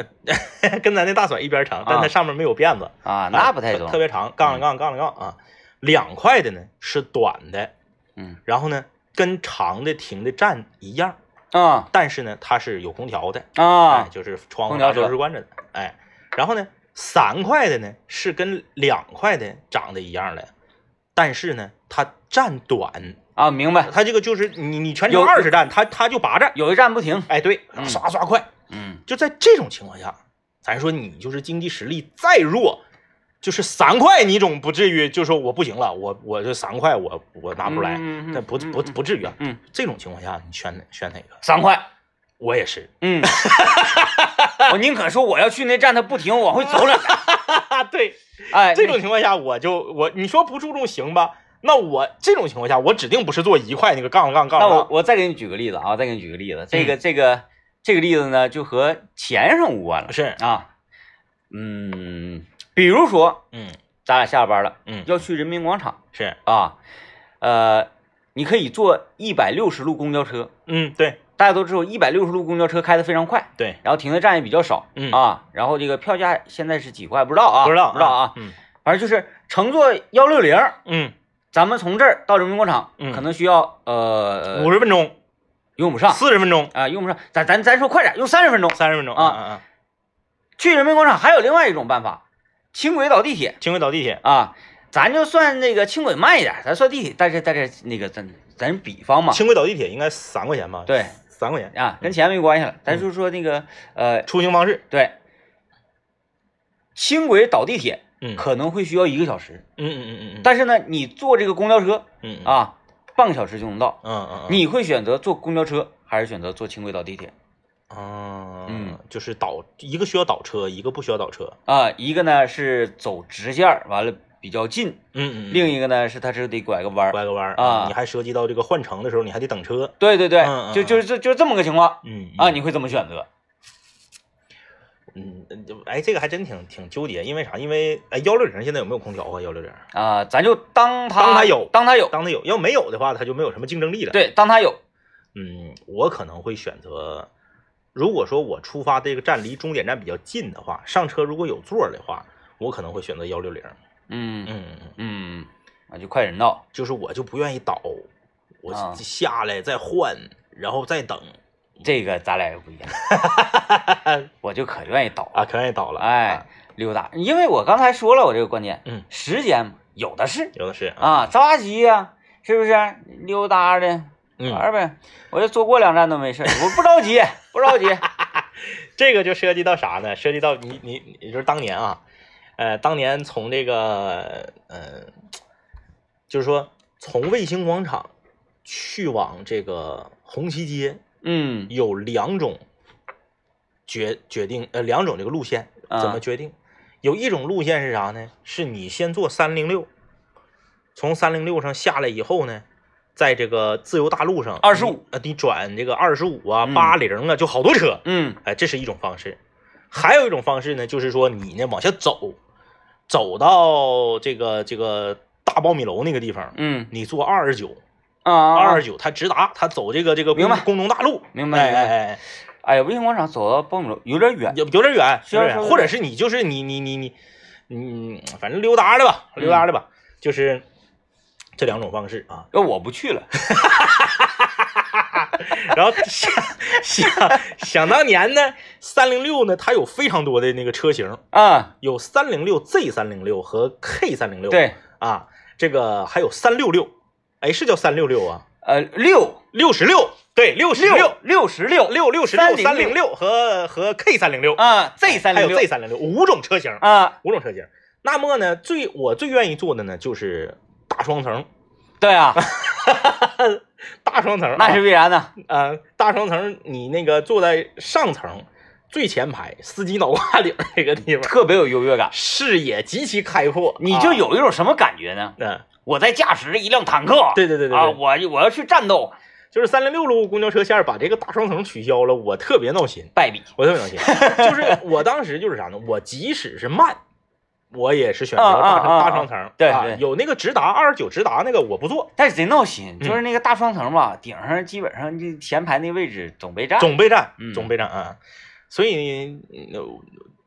S2: 跟咱那大甩一边长，但
S1: 啊
S2: 它上面没有辫子，
S1: 啊，
S2: 啊
S1: 那不太嗯
S2: 特
S1: 中。
S2: 特别长，杠了杠，杠了杠啊。两块的呢是短的，
S1: 嗯
S2: 然后呢，跟长的停的站一样，
S1: 啊
S2: 但是呢，它是有空调的，哎，
S1: 啊
S2: 就是窗户
S1: 空调
S2: 啥时候
S1: 车
S2: 是关着的，哎，然后呢，三块的呢是跟两块的长得一样的，但是呢，它站短，
S1: 啊，明白。
S2: 它这个就是你你全
S1: 有
S2: 程二十站，它它就八站，
S1: 有一站不停。
S2: 哎，对
S1: 嗯，
S2: 刷刷快，
S1: 嗯
S2: 就在这种情况下，咱说你就是经济实力再弱。就是三块，你总不至于就说我不行了，我我这三块我我拿不出来，
S1: 嗯嗯嗯
S2: 那不
S1: 嗯
S2: 不
S1: 嗯
S2: 不至于啊。
S1: 嗯，
S2: 这种情况下，你选哪选哪个？
S1: 三块。
S2: 我也 是
S1: 嗯，我宁可说我要去那站，它不停，我往回走两 站。
S2: 啊，对，
S1: 哎，
S2: 这种情况下我就我你说不注重行吧？那我这种情况下，我指定不是做一块那个杠杠杠
S1: 那我
S2: 杠，
S1: 我再给你举个例子啊，再给你举个例子，
S2: 嗯
S1: 这个这个这个例子呢，就和钱上无关了
S2: 是，
S1: 啊。嗯，比如说
S2: 嗯
S1: 咱俩下班了，
S2: 嗯，
S1: 要去人民广场。
S2: 是，
S1: 啊，呃，你可以坐一百六十路公交车，
S2: 嗯，对
S1: 大家都知道一百六十路公交车开得非常快，
S2: 对，
S1: 然后停的站也比较少，
S2: 嗯
S1: 啊，然后这个票价现在是几块不知道啊，
S2: 不知道
S1: 不知道啊，
S2: 嗯
S1: 反正就是乘坐幺六零，
S2: 嗯，
S1: 咱们从这儿到人民广场，
S2: 嗯
S1: 可能需要呃
S2: 五十分钟，
S1: 用不上
S2: 四十分钟，
S1: 啊，用不上，咱咱咱说快点，用三十分钟
S2: 三十分钟
S1: 啊
S2: 啊啊！
S1: 去人民广场。还有另外一种办法，轻轨倒地铁
S2: 轻轨倒地铁，
S1: 啊。咱就算那个轻轨慢一点，咱算地铁，但是但是那个咱咱比方嘛，
S2: 轻轨倒地铁应该三块钱吧？，
S1: 对，
S2: 三块钱。
S1: 啊，跟钱没关系了，咱
S2: 嗯
S1: 就说那个、呃，
S2: 出行方式，
S1: 对，轻轨倒地铁
S2: 嗯
S1: 可能会需要一个小时，
S2: 嗯嗯嗯嗯嗯，
S1: 但是呢，你坐这个公交车
S2: 嗯啊，
S1: 啊，半个小时就能到。
S2: 嗯嗯，
S1: 你会选择坐公交车还是选择坐轻轨倒地铁？
S2: 啊，
S1: 嗯，
S2: 就是倒一个需要倒车，一个不需要倒车，
S1: 啊，一个呢是走直线儿，完了比较近；
S2: 嗯嗯，
S1: 另一个呢是它是得拐个弯儿。
S2: 拐个弯儿嗯
S1: 啊
S2: 你还涉及到这个换乘的时候，你还得等车，
S1: 对对对
S2: 嗯，嗯
S1: 啊就就是就就这么个情况
S2: 嗯
S1: 啊，你会怎么选择？
S2: 嗯，哎，这个还真挺挺纠结，因为啥？因为哎，幺六零现在有没有空调啊？幺六零，
S1: 啊、咱就当他
S2: 当它有
S1: 当他有，
S2: 当它有，要没有的话，它就没有什么竞争力了。，
S1: 对，当他有，
S2: 嗯，我可能会选择，如果说我出发这个站离终点站比较近的话，上车如果有座儿的话，我可能会选择幺六零。
S1: 嗯
S2: 嗯，嗯
S1: 嗯，啊，就快人道，
S2: 就是我就不愿意倒，我
S1: 啊
S2: 下来再换，然后再等
S1: 这个咱俩也不一样， 我就可愿意倒，
S2: 啊，可愿意倒了。
S1: 哎
S2: 啊，，
S1: 溜达，因为我刚才说了我这个观点，
S2: 嗯，
S1: 时间嘛有的是
S2: 有的是，
S1: 啊，着吧急呀、是不是？溜达的玩
S2: 嗯，
S1: 儿呗，我就坐过两站都没事儿，我不着急，不着急，
S2: 这个就涉及到啥呢？涉及到你你你就是当年啊，呃，当年从这个呃，就是说从卫星广场去往这个红旗街
S1: 嗯
S2: 有两种决决定，呃，两种这个路线
S1: 啊
S2: 怎么决定？有一种路线是啥呢？是你先坐三零六，从三零六上下来以后呢，在这个自由大路上
S1: 25
S2: 你呃，你转这个二十五啊、
S1: 嗯
S2: 八零啊，就好多车。
S1: 嗯
S2: 哎，这是一种方式。还有一种方式呢，就是说你呢往下走，走到这个这个大苞米楼那个地方，
S1: 嗯
S2: 你坐二十九，
S1: 啊啊，
S2: 二
S1: 啊
S2: 十九它直达，它走这个这个
S1: 明
S2: 工
S1: 白
S2: 工农大路。
S1: 明白
S2: 哎
S1: 明白。
S2: 哎哎，
S1: 哎呀，卫星广场走到苞米楼有点远，
S2: 有有点远，
S1: 需
S2: 有
S1: 要
S2: 点远，
S1: 稍微
S2: 或者是你就是你你你你，嗯，反正溜达的吧，溜达的吧，就是这两种方式啊。
S1: 要我不去了。
S2: 然后想想想当年呢，三零六呢，它有非常多的那个车型，
S1: 啊，
S2: 有三零六 Z 三零六和 K 三零六，
S1: 对，
S2: 啊，这个还有三六六，哎，是叫三六六啊，
S1: 呃，六
S2: 六十六，对，六十
S1: 六
S2: 六，
S1: 六十六
S2: 六六十六三零六和和 K 三零六哎
S1: 啊，Z 三
S2: 还
S1: 零
S2: 有
S1: 六
S2: Z 三零六五种车型，
S1: 啊，
S2: 五种车型。那么呢，最我最愿意坐的呢就是大双层，
S1: 对啊，
S2: 大双层啊，
S1: 那是必然的。
S2: 呃大双层，你那个坐在上层最前排，司机脑瓜顶那个地方，
S1: 特别有优越感，
S2: 视野极其开阔，
S1: 你就
S2: 啊
S1: 有一种什么感觉呢？
S2: 嗯、
S1: 我在驾驶一辆坦克，
S2: 对对对对
S1: 啊，
S2: 对，
S1: 我我要去战斗，
S2: 就是三零六路公交车线把这个大双层取消了，我特别闹心，
S1: 败笔
S2: 我特别闹心。 就是我当时就是啥呢？我即使是慢，我也是选择了
S1: 啊
S2: 大
S1: 啊啊
S2: 大双层。
S1: 对
S2: 啊
S1: 对
S2: 有那个直达二十九直达那个我不坐，
S1: 但是贼闹心，
S2: 嗯
S1: 就是那个大双层吧，顶上基本上就前排那位置总被占。
S2: 总备战
S1: 嗯，
S2: 总备战啊。所以呃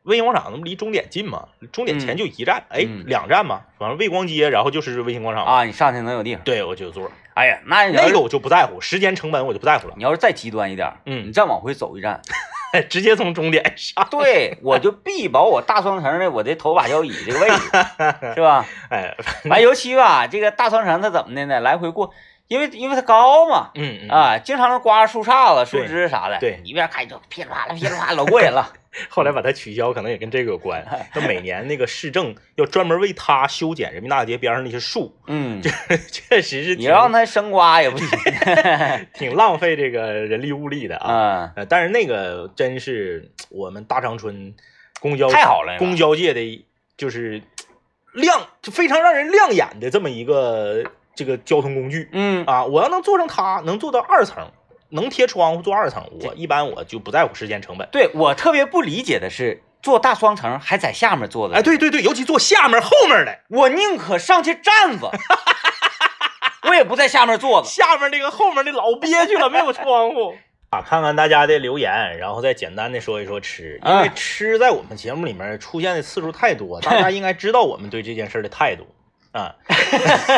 S2: 卫星广场那不离终点近嘛？终点前就一站，哎，
S1: 嗯
S2: 两站嘛，反正卫光街，然后就是卫星广场。
S1: 啊，你上去能有地方。
S2: 对，我就坐
S1: 哎呀，那你要
S2: 那
S1: 是
S2: 个我就不在乎，时间成本我就不在乎了，
S1: 你要是再极端一点，
S2: 嗯
S1: 你再往回走一站，
S2: 直接从终点上。
S1: 对我就必保我大双层的我的头把交椅这个位置，是吧？
S2: 哎，
S1: 完，尤其吧，这个大双城它怎么的呢？来回过，因为因为它高嘛，
S2: 嗯嗯，
S1: 啊，经常能刮树杈子、树
S2: 对
S1: 枝啥的。
S2: 对
S1: 你一边开就噼里啪啦、噼里啪啦，老过 瘾了。
S2: 后来把它取消，可能也跟这个有关。
S1: 哎
S2: 就每年那个市政要专门为它修剪人民大街边上那些树，
S1: 嗯，
S2: 确实是
S1: 你
S2: 挺
S1: 让它生刮也不行。
S2: 挺浪费这个人力物力的啊。
S1: 嗯，
S2: 呃，但是那个真是我们大长春公交
S1: 太好了那个
S2: 公交界的一就是亮就非常让人亮眼的这么一个这个交通工具
S1: 嗯，
S2: 啊！我要能坐上它，能坐到二层，能贴窗户坐二层，我一般我就不在乎时间成本。
S1: 对我特别不理解的是，坐大双层还在下面坐的，
S2: 哎，，对对对，尤其坐下面后面的，
S1: 我宁可上去 站着，我也不在下面坐着。
S2: 下面那个后面的老憋屈了，没有窗户。 啊，看看大家的留言，然后再简单的说一说吃，因为
S1: 嗯
S2: 吃在我们节目里面出现的次数太多，大家应该知道我们对这件事儿的态度啊。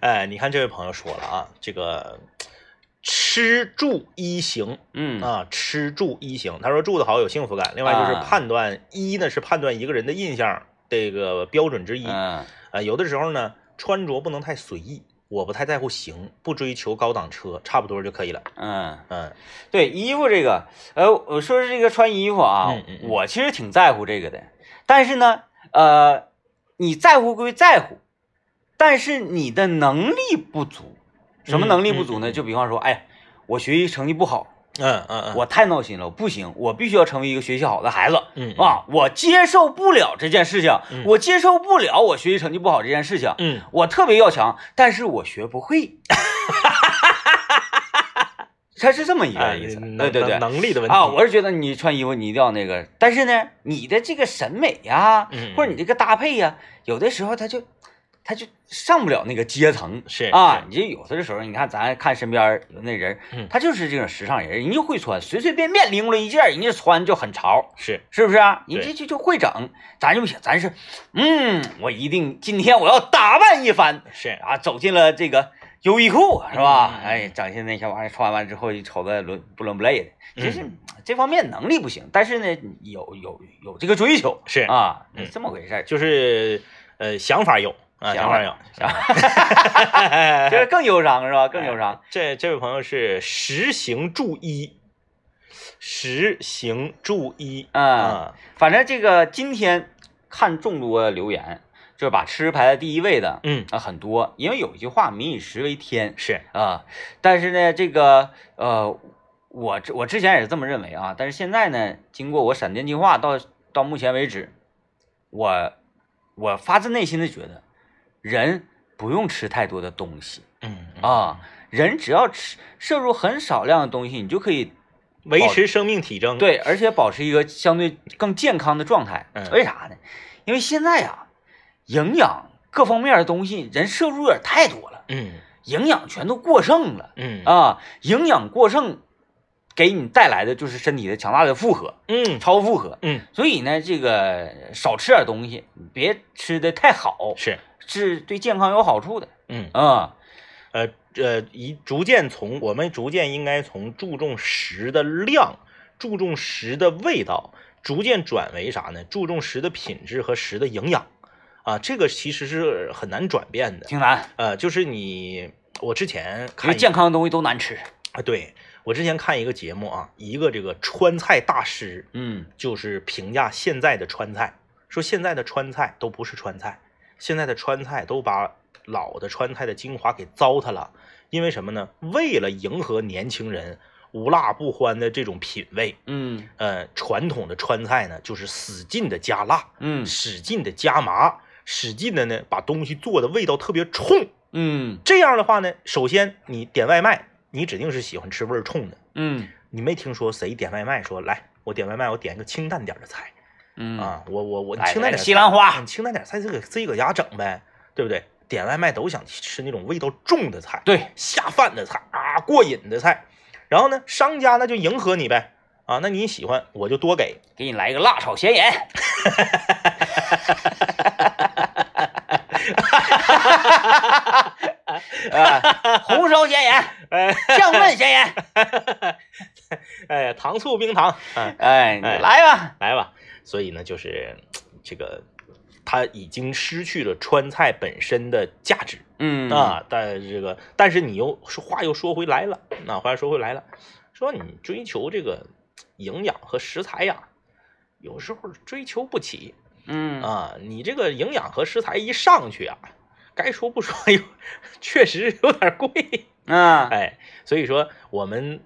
S2: 哎，你看这位朋友说了啊，这个吃住一行
S1: 嗯
S2: 啊，吃住一行，他说住的好有幸福感，另外就是
S1: 啊
S2: 判断一呢是判断一个人的印象这个标准之一，
S1: 嗯，
S2: 呃，有的时候呢，穿着不能太随意，我不太在乎型，不追求高档车，差不多就可以了。
S1: 嗯，
S2: 嗯
S1: 对衣服这个，呃，我说是这个穿衣服啊，
S2: 嗯嗯嗯
S1: 我其实挺在乎这个的，但是呢，呃，你在乎归在乎，但是你的能力不足，什么能力不足
S2: 嗯
S1: 呢？
S2: 嗯嗯
S1: 就比方说，哎呀，我学习成绩不好，
S2: 嗯嗯嗯，
S1: 我太闹心了，我不行，我必须要成为一个学习好的孩子。
S2: 嗯
S1: 啊，我接受不了这件事情，
S2: 嗯
S1: 我接受不了我学习成绩不好这件事情，
S2: 嗯，
S1: 我特别要强，但是我学不会。他是这么一个
S2: 哎
S1: 意思。
S2: 能
S1: 对对对，
S2: 能能力的问题
S1: 啊，我是觉得你穿衣服你一定要那个，但是呢，你的这个审美呀、
S2: 嗯
S1: 或者你这个搭配呀、有的时候它就它就上不了那个阶层。
S2: 是
S1: 啊，你就有的时候，你看咱看身边儿有那人
S2: 嗯，
S1: 他就是这种时尚人，人家就会穿，随随便便拎过来一件儿，人家穿就很潮，
S2: 是
S1: 是不是啊？你
S2: 对
S1: 这就就会整，咱就不行，咱是，嗯，我一定今天我要打扮一番，
S2: 是
S1: 啊，走进了这个优衣库，是吧？
S2: 嗯
S1: 哎，整些那些玩意儿，穿完之后就瞅着伦不伦不类的。其实
S2: 嗯
S1: 这方面能力不行，但是呢，有有有这个追求
S2: 是
S1: 啊，
S2: 嗯
S1: 这么回事儿，
S2: 就是呃想法有啊，
S1: 想
S2: 想
S1: 法
S2: 法有。哎
S1: 这更忧伤是吧？更忧伤。
S2: 这这位朋友是实行注一，实行注一
S1: 嗯
S2: 啊，
S1: 反正这个今天看众多的留言，就是把吃排在第一位的
S2: 嗯，
S1: 啊很多，因为有一句话“民以食为天”
S2: 是
S1: 啊，但是呢，这个呃，我之我之前也是这么认为啊，但是现在呢，经过我闪电进化到到目前为止，我我发自内心的觉得，人不用吃太多的东西
S2: 嗯啊，
S1: 啊，人只要吃摄入很少量的东西，你就可以
S2: 维持生命体征，，
S1: 哦对，而且保持一个相对更健康的状态
S2: 嗯。
S1: 为啥呢？因为现在呀、营养各方面的东西，人摄入有点太多了，
S2: 嗯
S1: 营养全都过剩了。
S2: 嗯
S1: 啊，营养过剩给你带来的就是身体的强大的负荷、
S2: 嗯
S1: 超负荷。
S2: 嗯，
S1: 所以呢，这个少吃点东西，别吃的太好，
S2: 是，
S1: 是对健康有好处的
S2: 嗯
S1: 啊。
S2: 呃呃，一逐渐从我们逐渐应该从注重食的量，注重食的味道，逐渐转为啥呢？注重食的品质和食的营养啊，这个其实是很难转变的。
S1: 挺难，
S2: 呃，就是你，我之前
S1: 因为
S2: 看一
S1: 健康的东西都难吃。
S2: 啊，对我之前看一个节目啊，一个这个川菜大师，
S1: 嗯
S2: 就是评价现在的川菜，说现在的川菜都不是川菜，现在的川菜都把老的川菜的精华给糟蹋了，因为什么呢？为了迎合年轻人无辣不欢的这种品味，
S1: 嗯
S2: 呃，传统的川菜呢，就是使劲的加辣，
S1: 嗯
S2: 使劲的加麻，使劲的呢把东西做的味道特别冲。
S1: 嗯
S2: 这样的话呢，首先你点外卖，你指定是喜欢吃味儿冲的。
S1: 嗯
S2: 你没听说谁点外卖说来，我点外卖，我点一个清淡点儿的菜
S1: 嗯，
S2: 啊，我我我
S1: 来
S2: 清淡点儿
S1: 来个
S2: 啊菜，
S1: 西
S2: 嗯
S1: 兰花
S2: 你，清淡点儿菜，自己自己搁家整呗，对不对？点外卖都想吃那种味道重的菜，
S1: 对，
S2: 下饭的菜啊，过瘾的菜。然后呢，商家那就迎合你呗，啊，那你喜欢我就多给，
S1: 给你来一个辣炒咸盐。啊，红烧咸盐，
S2: 哎
S1: 酱焖咸盐，
S2: 哎，糖醋冰糖，嗯、
S1: 哎，你
S2: 哎
S1: 来吧，
S2: 来吧。所以呢，就是这个，它已经失去了川菜本身的价值。
S1: 嗯，
S2: 啊，但这个，但是你又说话又说回来了，那、话又说回来了，说你追求这个营养和食材呀，有时候追求不起
S1: 嗯，
S2: 啊。你这个营养和食材一上去啊，该说不说有， 确实有点贵。
S1: 啊，
S2: 哎，所以说我们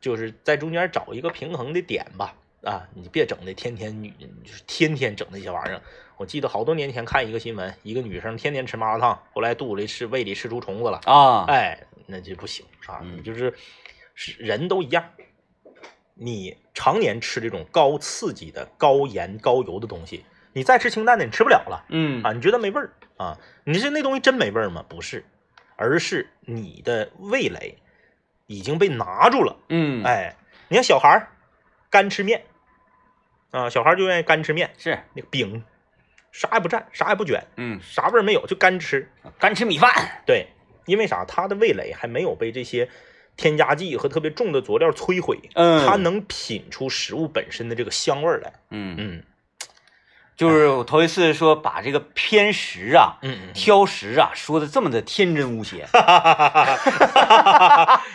S2: 就是在中间找一个平衡的点吧。啊，你别整的天天女，就是天天整那些玩意儿。我记得好多年前看一个新闻，一个女生天天吃麻辣烫，后来肚子里吃胃里吃出虫子了。
S1: 啊，
S2: 哎，那就不行啊！
S1: 嗯
S2: 你就是是人都一样，你常年吃这种高刺激的、高盐、高油的东西，你再吃清淡的，你吃不了了
S1: 嗯，
S2: 啊！你觉得没味儿啊？你是那东西真没味儿吗？不是，而是你的味蕾已经被拿住了。
S1: 嗯，，
S2: 哎，你看小孩儿干吃面啊，小孩儿就愿意干吃面，
S1: 是，
S2: 那个饼啥也不蘸，啥也不卷，
S1: 嗯，
S2: 啥味儿没有，就干吃。
S1: 干吃米饭，
S2: 对，因为啥？它的味蕾还没有被这些添加剂和特别重的佐料摧毁，
S1: 嗯
S2: 它能品出食物本身的这个香味儿来。
S1: 嗯，
S2: 嗯
S1: 就是我头一次说把这个偏食啊、
S2: 嗯，
S1: 挑食啊说的这么的天真无邪，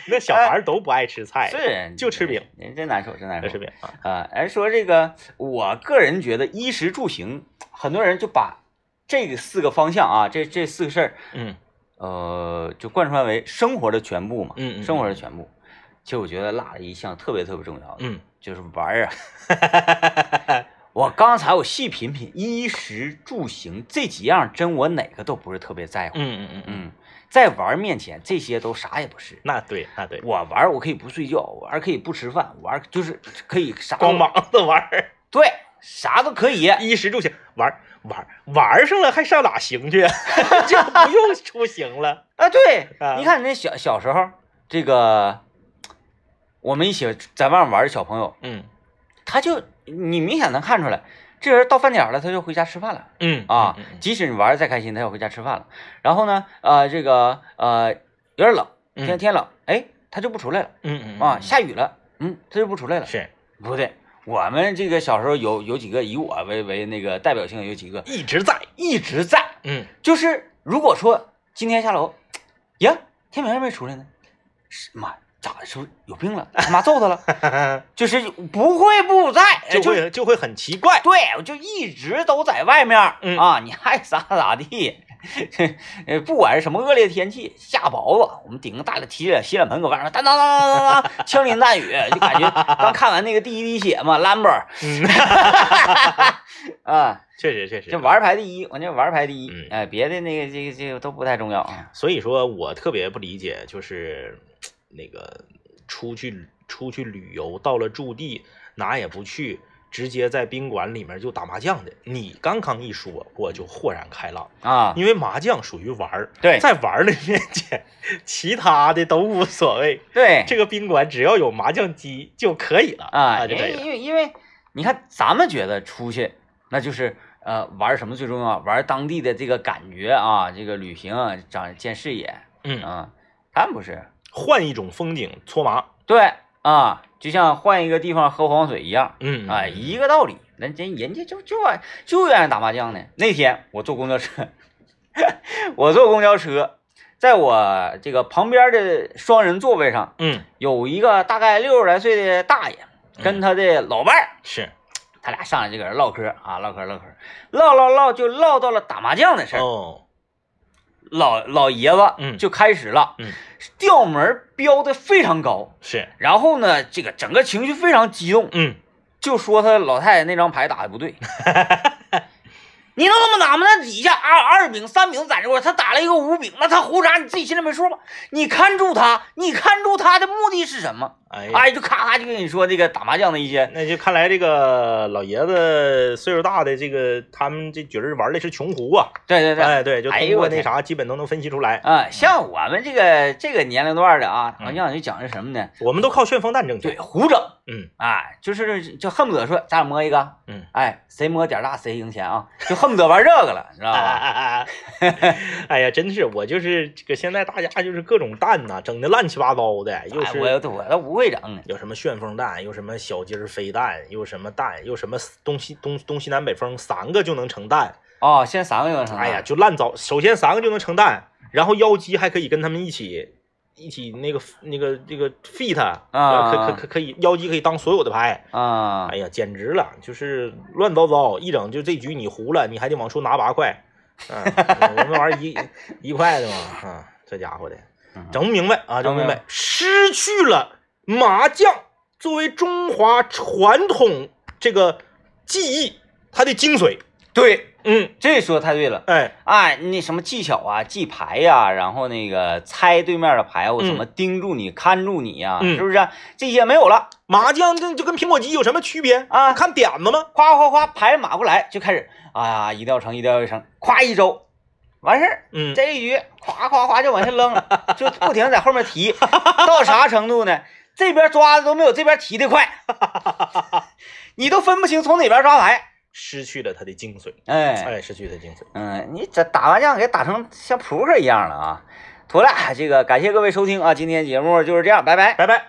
S2: 那小孩儿都不爱吃菜，
S1: 哎是，
S2: 就吃饼，
S1: 人真难受，真难
S2: 爱
S1: 受
S2: 吃。饼啊。
S1: 啊，哎，说这个，我个人觉得衣食住行，很多人就把这个四个方向啊，这这四个事儿，
S2: 嗯
S1: 呃，就贯穿为生活的全部嘛，
S2: 嗯嗯
S1: 生活的全部。其实我觉得落了一项特别特别重要的，
S2: 嗯
S1: 就是玩儿啊。 我刚才我细品品，衣食住行这几样，真我哪个都不是特别在乎。
S2: 嗯嗯嗯嗯，
S1: 嗯，在玩儿面前，这些都啥也不是。
S2: 那对那对，
S1: 我玩儿我可以不睡觉，我玩儿可以不吃饭，我玩儿就是可以啥都
S2: 光膀子玩儿，
S1: 对啥都可以。
S2: 衣食住行玩儿玩儿玩儿上了，还上哪行去？ 就不用出行了。
S1: 啊，对，
S2: 啊
S1: 你看你那小小时候，这个我们一起在外面玩儿的小朋友，
S2: 嗯
S1: 他就你明显能看出来，这人到饭点儿了，他就回家吃饭了
S2: 嗯
S1: 啊
S2: 嗯。嗯
S1: 即使你玩的再开心，他要回家吃饭了。然后呢，呃，这个呃有点冷，
S2: 嗯
S1: 天天冷，哎，他就不出来了
S2: 嗯嗯嗯
S1: 啊。
S2: 嗯
S1: 下雨了，嗯，他就不出来了。
S2: 是
S1: 不对，我们这个小时候有有几个以我为为那个代表性，有几个
S2: 一直在。
S1: 一直在，
S2: 嗯，
S1: 就是如果说今天下楼，呀，天明还没出来呢，是妈呀，咋的是不是有病了？ 他妈揍他了，就是不会不在，
S2: 就
S1: 就
S2: 会就会很奇怪。
S1: 对，我就一直都在外面儿、
S2: 嗯
S1: 啊，你爱咋咋地。 呃，不管是什么恶劣天气，下雹子，我们顶个大的提着洗脸盆搁外面，当当当当当当， 枪林弹雨，就感觉刚看完那个第一滴血嘛，Lambert
S2: 嗯，
S1: 啊，
S2: 确实确实，
S1: 这玩牌第一，我这玩牌第一，
S2: 嗯
S1: 哎、别的那个这个这个都不太重要啊。
S2: 所以说我特别不理解，就是那个出去出去旅游，到了驻地哪也不去，直接在宾馆里面就打麻将的。你刚刚一说，我就豁然开朗，
S1: 啊，
S2: 因为麻将属于玩儿，
S1: 对
S2: 在玩儿的面前，其他的都无所谓。
S1: 对，
S2: 这个宾馆只要有麻将机就可以了
S1: 哎啊，
S2: 就
S1: 因
S2: 可以
S1: 为
S2: 了。
S1: 因为因为你看，咱们觉得出去那就是呃玩什么最重要？玩当地的这个感觉啊，这个旅行啊，长见视野
S2: 嗯，
S1: 啊。他们不是，
S2: 换一种风景搓麻，
S1: 对啊，就像换一个地方喝黄水一样
S2: 嗯
S1: 啊，一个道理。人家人家就就爱就愿意打麻将呢。那天我坐公交车， 我坐公交车，在我这个旁边的双人座位上
S2: 嗯
S1: 有一个大概六十来岁的大爷跟他的老伴儿。
S2: 是
S1: 他俩上来就搁这唠嗑啊，唠嗑唠嗑，唠唠唠就唠到了打麻将的事儿。
S2: 哦，
S1: 老老爷子
S2: 嗯
S1: 就开始了，
S2: 嗯
S1: 调门儿标的非常高，
S2: 是
S1: 然后呢，这个整个情绪非常激动，
S2: 嗯
S1: 就说他老太太那张牌打的不对。你能这么打吗？那底下二二饼、三饼在这块儿，他打了一个五饼，那他胡啥？你自己心里没数吗？你看住他，你看住他的目的是什么？
S2: 哎呀。
S1: 哎，就咔咔就跟你说这个打麻将的一 些，
S2: 那就看来这个老爷子岁数大的这个，他们这局儿玩的是穷胡啊，
S1: 对对对，
S2: 哎，对，就
S1: 哎
S2: 通
S1: 呦我
S2: 过
S1: 天
S2: 那啥，基本都能分析出来。
S1: 啊，像我们这个这个年龄段的啊，
S2: 嗯
S1: 好像就讲究什么呢？
S2: 我们都靠旋风蛋挣
S1: 对，
S2: 钱。
S1: 胡整，
S2: 嗯
S1: 哎，就是就恨不得说咱俩摸一个，
S2: 嗯，
S1: 哎，谁摸点儿大谁赢钱啊，就恨不得玩这个了，你知道
S2: 啊啊
S1: 吧？哎
S2: 啊！啊 哎呀，真是我就是这个，现在大家就是各种蛋呐、整的乱七八糟的，又
S1: 哎，
S2: 是
S1: 我我都不会整，啊
S2: 有什么旋风蛋，又什么小鸡儿飞蛋，又什么蛋，又什么东西东东西南北风，三个就能成蛋。
S1: 哦，现在三个月成了，
S2: 哎呀，，就烂糟。首先三个就能成蛋，然后妖姬还可以跟他们一起一起那个那个那个 fit
S1: 啊
S2: 可可可可以妖姬可以当所有的牌。
S1: 啊
S2: 哎，呀，简直了，就是乱糟糟，一整就这局你胡了，你还得往出拿八块。嗯，我们玩一一块的嘛，啊，这家伙的
S1: 嗯
S2: 整不明白啊，整不明
S1: 整不明白
S2: 白，失去了麻将作为中华传统这个技艺它的精髓。
S1: 对，
S2: 嗯，
S1: 这说太对了，
S2: 哎，
S1: 哎，你什么技巧啊，记牌呀、然后那个猜对面的牌，我怎么盯住你、看住你呀、
S2: 嗯
S1: 是不是、这些没有了，
S2: 麻将这就跟苹果肌有什么区别
S1: 啊
S2: 看点子吗？
S1: 夸夸夸牌马过来，就开始，哎呀，一定要成，一定要成，夸一周，完事儿，
S2: 嗯，
S1: 这一局夸夸夸就往下扔了，就不停地在后面提，到啥程度呢？这边抓的都没有这边提的 快，你都分不清从哪边抓牌。
S2: 失去了它的精髓，
S1: 哎，
S2: 哎，失去了精髓。
S1: 嗯，你这打麻将给打成像扑克一样了啊！妥了，这个感谢各位收听啊，今天节目就是这样，拜拜。
S2: 拜拜。